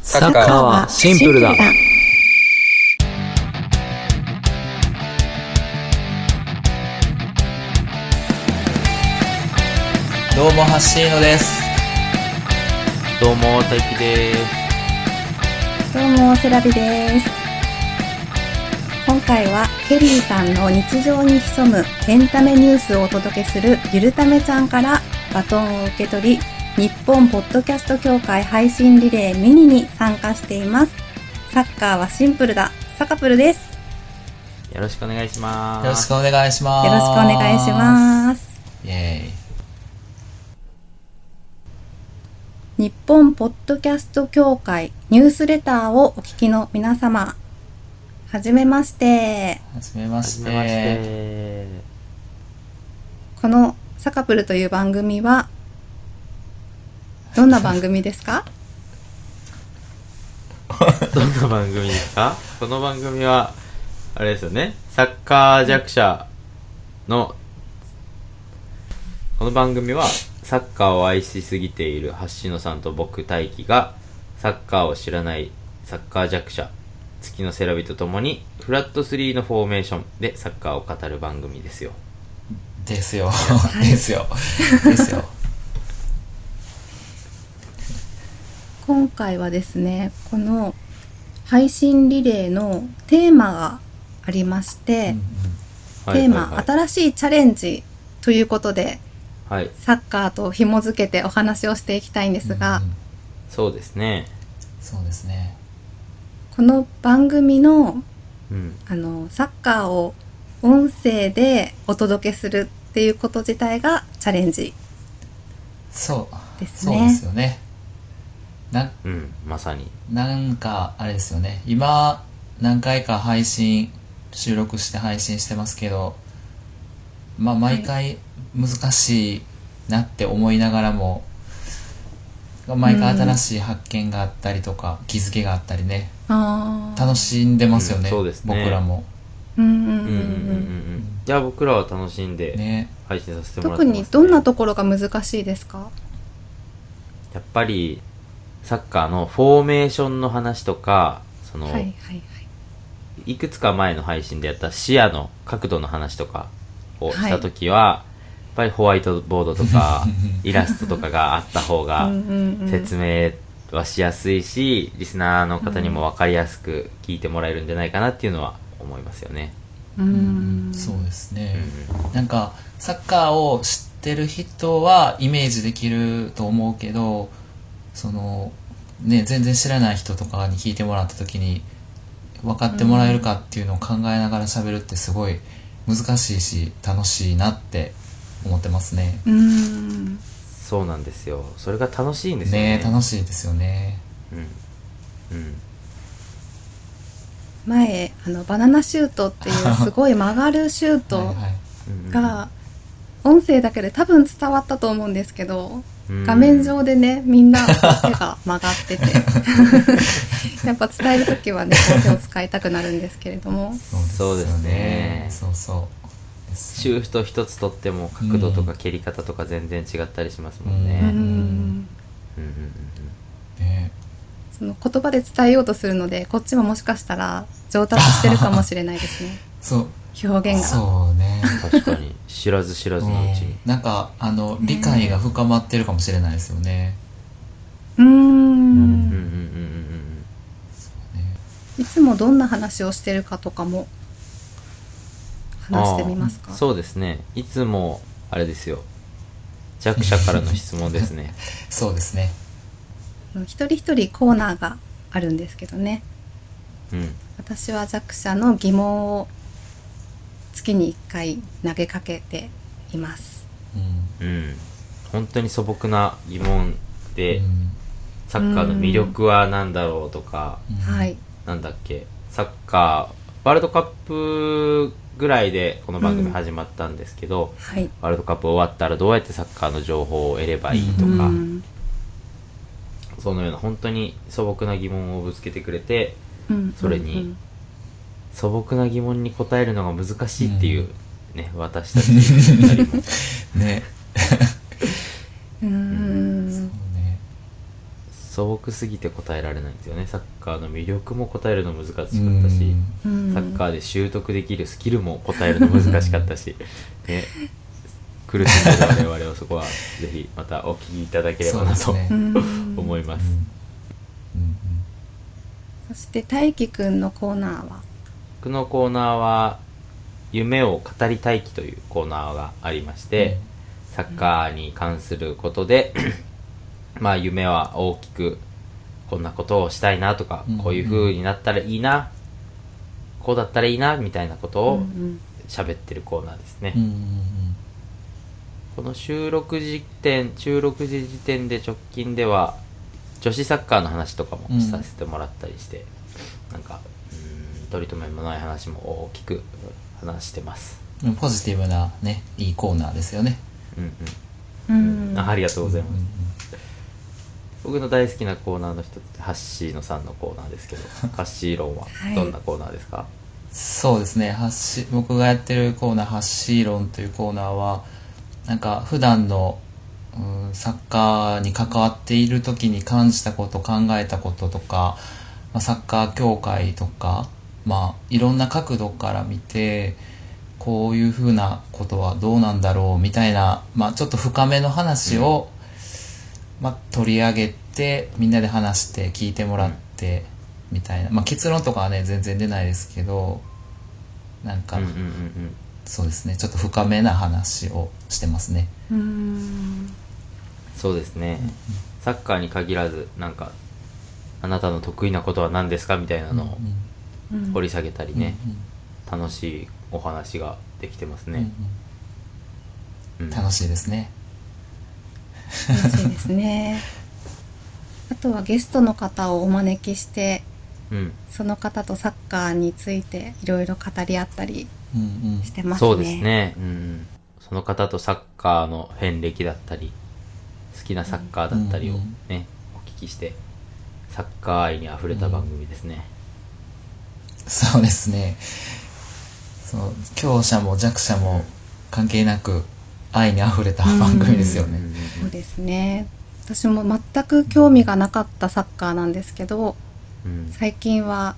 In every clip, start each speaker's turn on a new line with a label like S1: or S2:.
S1: サッカーはシンプルだ。
S2: どうも、ハッシーノです。
S3: どうも、大輝です。
S4: どうもセラビです今回はケリーさんの日常に潜むエンタメニュースをお届けするゆるためちゃんからバトンを受け取り日本ポッドキャスト協会配信リレーミニに参加していますサッカーはシンプルだサカプルです
S3: よろしくお願いしま
S2: よろし
S3: す。
S2: くお願いします。
S4: よろしくお願いします
S2: す。イェーイ。
S4: 日本ポッドキャスト協会ニュースレターをお聞きの皆様はじめまして
S2: はじめまし
S3: はじめまして
S2: て。
S4: このサカプルという番組はどんな番組です か
S3: どんな番組ですか この番組は、あれですよね。サッカー弱者の、この番組は、サッカーを愛しすぎている橋野さんと僕、大輝が、サッカーを知らないサッカー弱者、月のセラビと共に、フラット3のフォーメーションでサッカーを語る番組ですよ。
S2: ですよ。ですよ。で すよ。
S4: 今回はですねこの配信リレーのテーマがありまして、
S3: はい
S4: テーマ、
S3: はいはい
S4: 新しいチャレンジということで
S3: はい。
S4: サッカーと紐づけてお話をしていきたいんですが、
S2: うんうん
S3: そうですね。
S2: そうですね。
S4: この番組の
S3: うん。
S4: あのサッカーを音声でお届けするっていうこと自体がチャレンジ
S2: そう。
S4: です
S2: そうで
S4: ね。
S2: すよね。な、
S3: うん、まさに。
S2: なんか、あれですよね。今、何回か配信、収録して配信してますけど、まあ、毎回難しいなって思いながらも、毎回新しい発見があったりとか、気づきがあったりね、
S4: あー
S2: 楽しんでますよね、
S3: うんそうですね
S2: 僕らも。
S4: うんうんうん
S3: うんうんうんうん。じゃあ僕らは楽しんで
S2: ね。
S3: 配信させてもらっ
S4: 特
S3: てます、ね。
S4: にどんなところが難しいですか
S3: やっぱり、サッカーのフォーメーションの話とか、その、
S4: はいはいはい
S3: いくつか前の配信でやった視野の角度の話とかをしたときは、やっぱりホワイトボードとか イラストとかがあった方が
S4: うんうんうん
S3: 説明はしやすいし、リスナーの方にも分かりやすく聞いてもらえるんじゃないかなっていうのは思いますよね。
S4: う
S2: う
S4: ん
S2: ん そうですね。
S3: うんうん
S2: なんかサッカーを知ってる人はイメージできると思うけどその、ね、全然知らない人とかに聞いてもらった時に分かってもらえるかっていうのを考えながら喋るってすごい難しいし楽しいなって思ってますね。
S4: うん
S3: そうなんですよ。それが楽しいんですよね。
S2: ね楽しいですよね。
S3: うん。うん。
S4: 前あのバナナシュートっていうすごい曲がるシュー
S2: は
S4: ト
S2: いはい
S3: うん
S4: が音声だけで多分伝わったと思うんですけど
S3: うん
S4: 画面上でねみんな手が曲がっててやっぱ伝える時はねこう手を使いたくなるんですけれども
S3: そうですね
S2: そうそうです
S3: シュート一つとっても角度とか蹴り方とか全然違ったりしますもん
S4: う
S3: ね。
S4: ん
S3: うんうん
S2: ね
S4: その言葉で伝えようとするのでこっちももしかしたら上達してるかもしれないです ね
S2: そう
S4: 表現が。
S2: そうね
S3: うん確かに知らず知らずのうちに。
S2: なんかあの
S4: ね
S2: 理解が深まってるかもしれないですよね。
S4: うー
S3: うんうん
S4: ん
S3: うんうん
S4: いつもどんな話をしてるかとかも
S3: うん。
S4: 話してみます
S3: あ
S4: か
S3: ーそうですね。いつもあれですよ。弱者からの質問です ね。
S2: そうですね。
S4: あの一人一人コーナーがあるんですけどね
S3: うん。
S4: 私は弱者の疑問を月に1回投げかけています
S2: うん
S3: うん。本当に素朴な疑問で、
S2: うん
S3: サッカーの魅力は何だろうとか、
S2: うん
S4: はい
S3: なんだっけ、サッカー、ワールドカップぐらいでこの番組始まったんですけど、
S4: はい
S3: ワールドカップ終わったらどうやってサッカーの情報を得ればいいと
S4: う
S3: か、
S4: ん
S3: そのような本当に素朴な疑問をぶつけてくれて、
S4: うん
S3: それに素朴な疑問に答えるのが難しいっていう、ね、私たち二人も。
S2: ね。
S4: うんうん
S2: そうね。
S3: 素朴すぎて答えられないんですよねサッカーの魅力も答えるの難しかったし、
S2: うん
S4: うん
S3: サッカーで習得できるスキルも答えるの難しかったし、ね、苦しんでる我々をそこはぜひまたお聞きいただければな
S2: そ
S3: と
S2: うですね
S4: うん
S3: 思います。
S2: うんうん
S4: そして大輝くんのコーナーは
S3: 僕のコーナーは夢を語りたいきというコーナーがありまして、サッカーに関することで、まあ夢は大きくこんなことをしたいなとか、
S2: うん
S3: こういう風になったらいいなこうだったらいいなみたいなこと
S4: う
S3: を
S4: ん
S3: 喋ってるコーナーですね、
S2: うんうん
S3: この収録時点収録時時点で直近では女子サッカーの話とかも
S2: うん
S3: させてもらったりして、なんかうん取り留めもない話も大きく話してます
S2: うんポジティブなねいいコーナーですよね
S3: うんうん
S4: うん
S3: あありがとうございます、
S2: す
S3: 僕の大好きなコーナーの一つってハッシーノさんのコーナーです けどハッシーロンはどんなコーナーですか、
S2: そうですね発し僕がやってるコーナー「発信論」というコーナーはなんか普段のうんサッカーに関わっている時に感じたこと考えたこととか、まあ、サッカー協会とか、まあ、いろんな角度から見てこういうふうなことはどうなんだろうみたいな、まあ、ちょっと深めの話を、まあ、取り上げてみんなで話して聞いてもらってみたいな、まあ、結論とかはね全然出ないですけどなんか、
S3: うんうんうんうん
S2: そうですねちょっと深めな話をしてますね。
S4: うん
S3: そうですね、サッカーに限らずなんかあなたの得意なことは何ですかみたいなのを
S4: うん
S3: 掘り下げたり
S2: うん
S3: ね、
S2: うんうん
S3: 楽しいお話ができてます
S2: うん
S3: ね、
S2: うん
S3: うん
S2: 楽しいですね。
S4: 楽しいですね あとはゲストの方をお招きして
S3: うん、
S4: その方とサッカーについていろいろ語り合ったり
S2: うんうん
S4: してますね
S3: そうですね、うん、その方とサッカーの遍歴だったり好きなサッカーだったり
S2: う
S3: を
S2: んうん
S3: ね、お聞きしてサッカー愛にあふれた番組ですね、
S2: そうですね。そう強者も弱者も関係なく愛にあふれた番組ですよ
S3: うん
S2: ね。
S3: うん
S4: そうですね私も全く興味がなかったサッカーなんですけど
S3: うん
S4: 最近は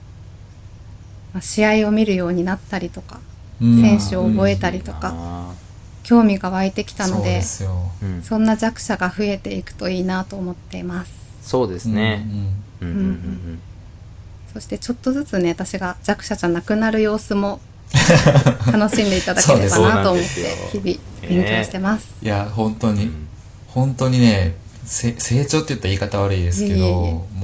S4: まあ試合を見るようになったりとか
S2: うん
S4: 選手を覚えたりとか
S3: か
S4: 興味が湧いてきたの
S2: そうで
S4: です
S2: よ。
S3: うん、うん
S4: そんな弱者が増えていくといいなと思っています
S3: そうですね、うんうんうんうん
S4: そしてちょっとずつね私が弱者じゃなくなる様子 も楽しんでいただければなと思っ
S3: そうです
S4: て
S3: そうなんですよ
S4: 日々勉強してます、
S2: いや本当
S3: う
S2: に、
S3: ん
S2: 本当にねせ成長って言ったら言い方悪いですけど
S4: いえいえいえ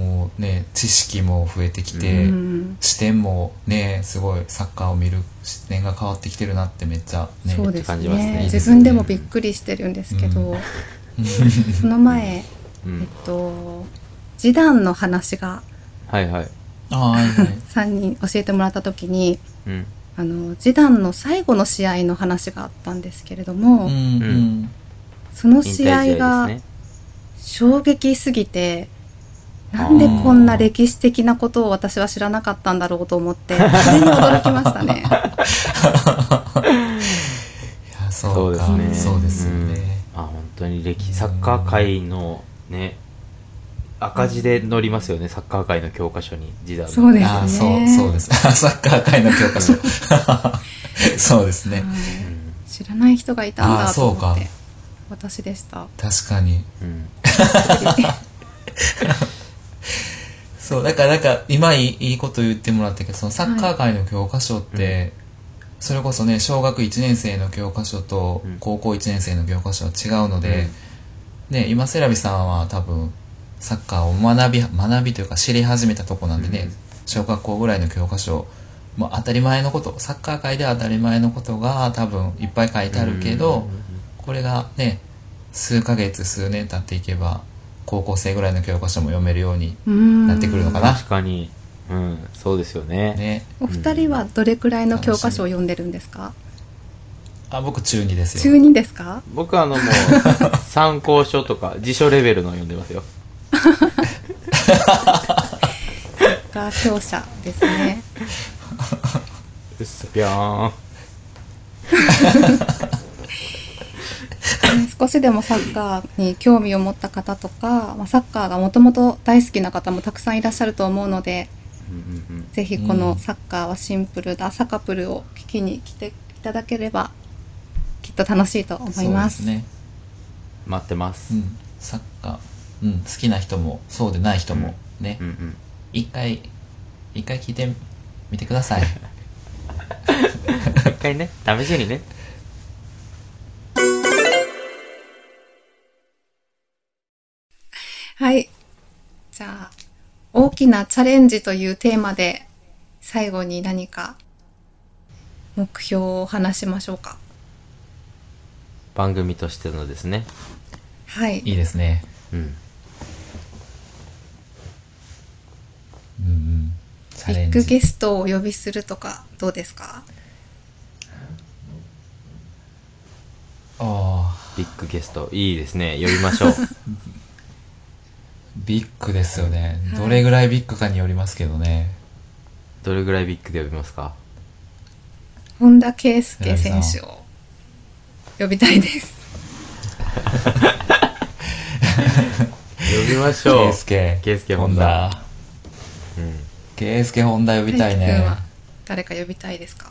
S2: もうね知識も増えてき
S3: え
S2: て、
S3: ー
S4: うん
S2: 視点もねすごいサッカーを見る視点が変わってきてるなってめっちゃね
S4: そう
S3: っ
S4: で
S3: て
S4: す
S3: 感じますね
S4: ね自分でもびっくりしてるんですけど、
S2: うん
S4: その前、
S3: うん
S4: えっと示談の話が
S3: はいはい、
S2: ああいい ね
S4: 3人教えてもらった時に
S3: うん
S4: あの示談の最後の試合の話があったんですけれども、
S2: うんう
S3: う
S2: んん
S4: その
S3: 引退
S4: 試合が
S3: ですね
S4: 衝撃すぎて、なんでこんな歴史的なことを私は知らなかったんだろうと思って、それに驚きましたね。
S2: いや
S3: そ
S2: そうう
S3: で
S2: か
S3: す
S2: そう,、
S3: ね。
S2: ですよね、
S3: うん。あ、本当に歴サッカー界のね、赤字で載りますよね、サッカー界の教科書に、時代の。
S4: そうですね。
S2: ああそうそうですサッカー界の教科書 そうです ね
S4: はい
S3: うん
S4: 知らない人がいたん
S2: あ
S4: だと
S2: ーそ
S4: 思
S2: うか
S4: って、私でした。
S2: 確かに
S3: うん。
S2: そう、だから、なんか、今いいいいこと言ってもらったけど、そのサッカー界の教科書って、
S3: は
S2: それこそね、小学1年生の教科書と
S3: うん
S2: 高校1年生の教科書は違うので、ね、今、セラビさんは多分、サッカーを学び、学びというか知り始めたとこなんでね、
S3: うん
S2: 小学校ぐらいの教科書、まあ、当たり前のこと、サッカー界では当たり前のことが多分いっぱい書いてあるけど、これがね、数ヶ月、数年経っていけば、高校生ぐらいの教科書も読めるように
S4: な
S2: なってくるのかな
S3: 確かに、うん、そうですよね。
S2: ね、
S4: お二人はどれくらいの教科書を読んでるんですか
S2: あ僕中2です
S4: 中
S2: よ
S4: 2ですか
S3: 僕はあのも う、参考書とか、辞書レベルの読んでますよ。
S4: が強者ですね。
S3: うっそ、ぴょーん。
S4: ね少しでもサッカーに興味を持った方とか、まあ、サッカーがもともと大好きな方もたくさんいらっしゃると思うので
S3: うんうん
S4: ぜひこ
S2: う
S4: の
S2: ん
S4: サッカーはシンプルだ、サカプルを聞きに来ていただければきっと楽しいと思います。
S2: そうですね。
S3: 待ってます
S2: う。ん。サッカー、うん、好きな人も、そうでない人も、ね
S3: う、んうん
S2: 一回、一回聞いてみてください。
S3: 一回ね、試しにね。
S4: はい。じゃあ、大きなチャレンジというテーマで最後に何か目標を話しましょうか。
S3: 番組としてのですね。
S4: はい。
S2: いいですね。
S3: うん。
S2: うんうん。チ
S4: ビ
S2: ャレ
S4: ッ
S2: ン
S4: グ
S2: ジ。
S4: ゲストをお呼びするとかどうですか
S2: ああ、
S3: ビッグゲスト。いいですね。呼びましょう。
S2: ビッグですよね
S4: は。い
S2: どれぐらいビッグかによりますけどね。
S3: どれぐらいビッグで呼びますか
S4: 本田圭佑選手を呼びたいです。
S3: 呼びまし
S2: ケ
S3: ょ
S2: イ
S3: う。
S2: スケ。
S3: ケイスケ
S2: ホンダ。
S3: うん。
S2: ケイスケホンダ呼びたい
S4: 大輝君
S2: ね
S4: は。誰か呼びたいですか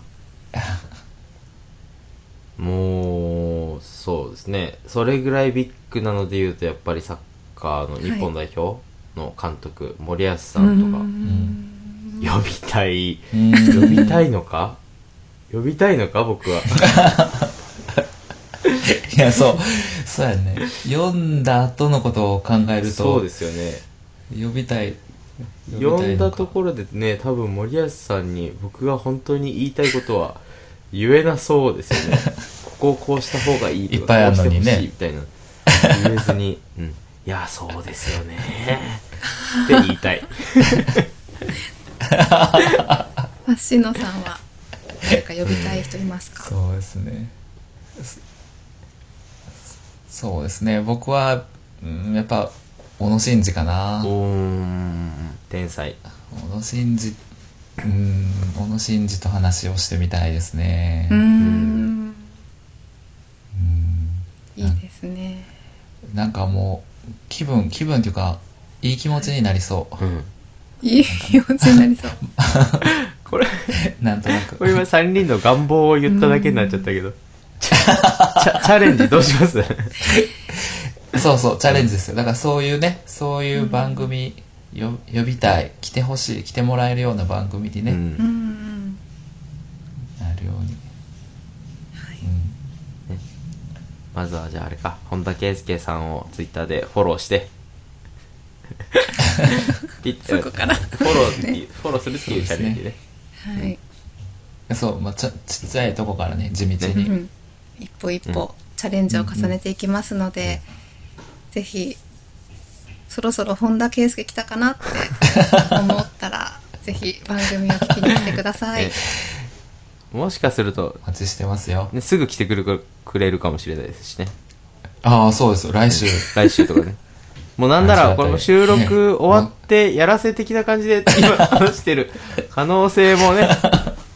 S3: もう、そうですね。それぐらいビッグなので言うと、やっぱりサッカーの日本代表の監督、森保さんとか、呼びたい。
S2: うん
S3: 呼びたいのか呼びたいのか 僕は。
S2: いや、そう。そうやね。読んだ後のことを考える
S3: そう
S2: と
S3: で、すよね。
S2: 呼びたい。び
S3: 呼
S2: たい
S3: ん
S2: の
S3: だ
S2: か
S3: ところでね、多分森保さんに僕が本当に言いたいことは言えなそうですよね。 ここをこうした方がいいとか、
S2: いっぱいあるのにね
S3: こうしてほしいみたいな。言えずに、うん。いや、そうですよね。って言いたい。
S4: まあ、しのさんは誰か呼びたい人いますか
S2: そうですね。そそうですね。僕は、うん、やっぱ、小野伸二かな。
S3: おーん、天才。
S2: 小野伸二、うん、小野伸二と話をしてみたいですね。
S4: うーん
S2: うん
S4: いいですね。
S2: なんかもう、気分、気分というか、いい気持ちになりそう。
S3: うん。
S4: いい気持ちになりそう。
S3: これ、
S2: なんとなく。
S3: これ今三人の願望を言っただけになっちゃったけど。チャチャレンジどうします
S2: そうそう、チャレンジですよ。だからそういうね、そういう番組、よ呼びたい、来てほしい、来てもらえる ような番組にね、
S3: うん
S4: うんうん。
S2: なるように。うん
S3: まずはじゃああれか本田圭佑さんをツイッターでフォローしてピッ
S4: そこから
S3: フォローっていう、フォローするっていうチャレンジね
S4: はい。
S2: そう、まあ、ちょちっちゃいとこからね、地道
S4: う
S2: に。
S4: ん、一歩一歩チャレンジを重ねていきますので、ぜひそろそろ本田圭佑来たかなって思ったらぜひ番組を聞きに来てください
S3: ね。もしかすると、
S2: お待ちしてますよ。
S3: ね、すぐ来てくるくれるかもしれないですしね
S2: ああ、そうですよ。来週。
S3: 来週とかねもうなんな
S2: 来週あた
S3: ら
S2: り
S3: この収録終わってやらせ的な感じで今話してる可能性もね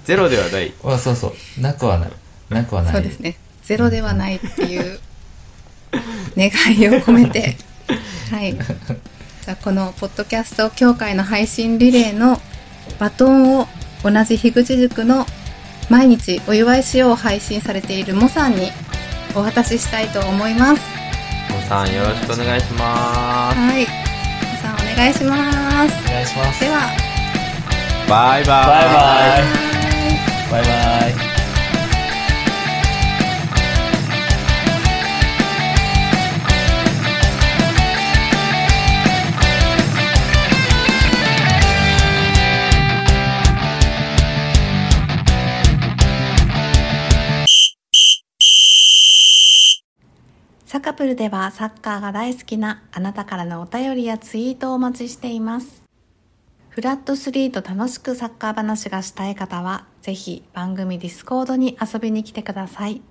S3: ゼロではない
S2: あそうそう。なくはない。なくはない。
S4: そうですね。ゼロではないっていう願いを込めて、はい。じゃあこのポッドキャスト協会の配信リレーのバトンを同じ樋口塾の毎日お祝いしようを配信されているモさんにお渡ししたいと思います。
S3: 皆さんよろしくお願いします
S4: はい。モさんお願いします。
S2: お願いします。
S4: では、
S3: バイバ
S2: バイバ
S3: イ
S2: イ。
S4: はい
S2: バイバイ。
S4: サカプルではサッカーが大好きなあなたからのお便りやツイートをお待ちしています。フラット3と楽しくサッカー話がしたい方は、ぜひ番組ディスコードに遊びに来てください。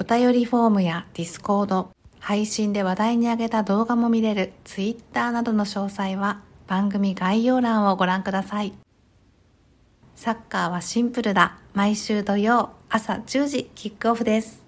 S4: お便りフォームやディスコード、配信で話題に上げた動画も見れるツイッターなどの詳細は番組概要欄をご覧ください。サッカーはシンプルだ。毎週土曜朝10時キックオフです。